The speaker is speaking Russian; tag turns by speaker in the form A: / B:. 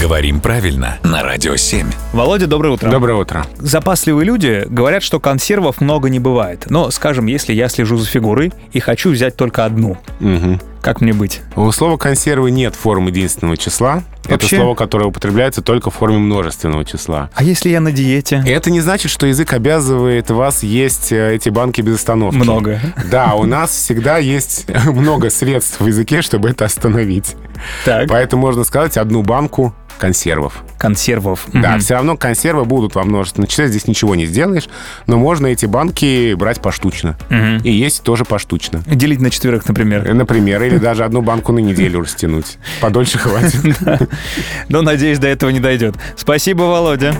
A: Говорим правильно на Радио 7.
B: Володя, доброе утро.
C: Доброе утро.
B: Запасливые люди говорят, что консервов много не бывает. Но, скажем, если я слежу за фигурой и хочу взять только одну, как мне быть?
C: У слова «консервы» нет формы единственного числа. Это
B: Вообще?
C: слово, которое употребляется только в форме множественного числа.
B: А если я на диете?
C: Это не значит, что язык обязывает вас есть э, эти банки без остановки.
B: Много.
C: Да, у нас всегда есть много средств в языке, чтобы это остановить.
B: Так,
C: Поэтому можно сказать одну банку консервов.
B: консервов.
C: Да,
B: Мгм.
C: все равно консервы будут во множественном числе, здесь ничего не сделаешь, но можно эти банки брать поштучно.
B: Мгм.
C: И есть тоже поштучно.
B: Делить на четверых, например.
C: Э, Например, или даже одну банку на неделю растянуть. Подольше хватит.
B: Но, надеюсь, до этого не дойдет. Спасибо, Володя.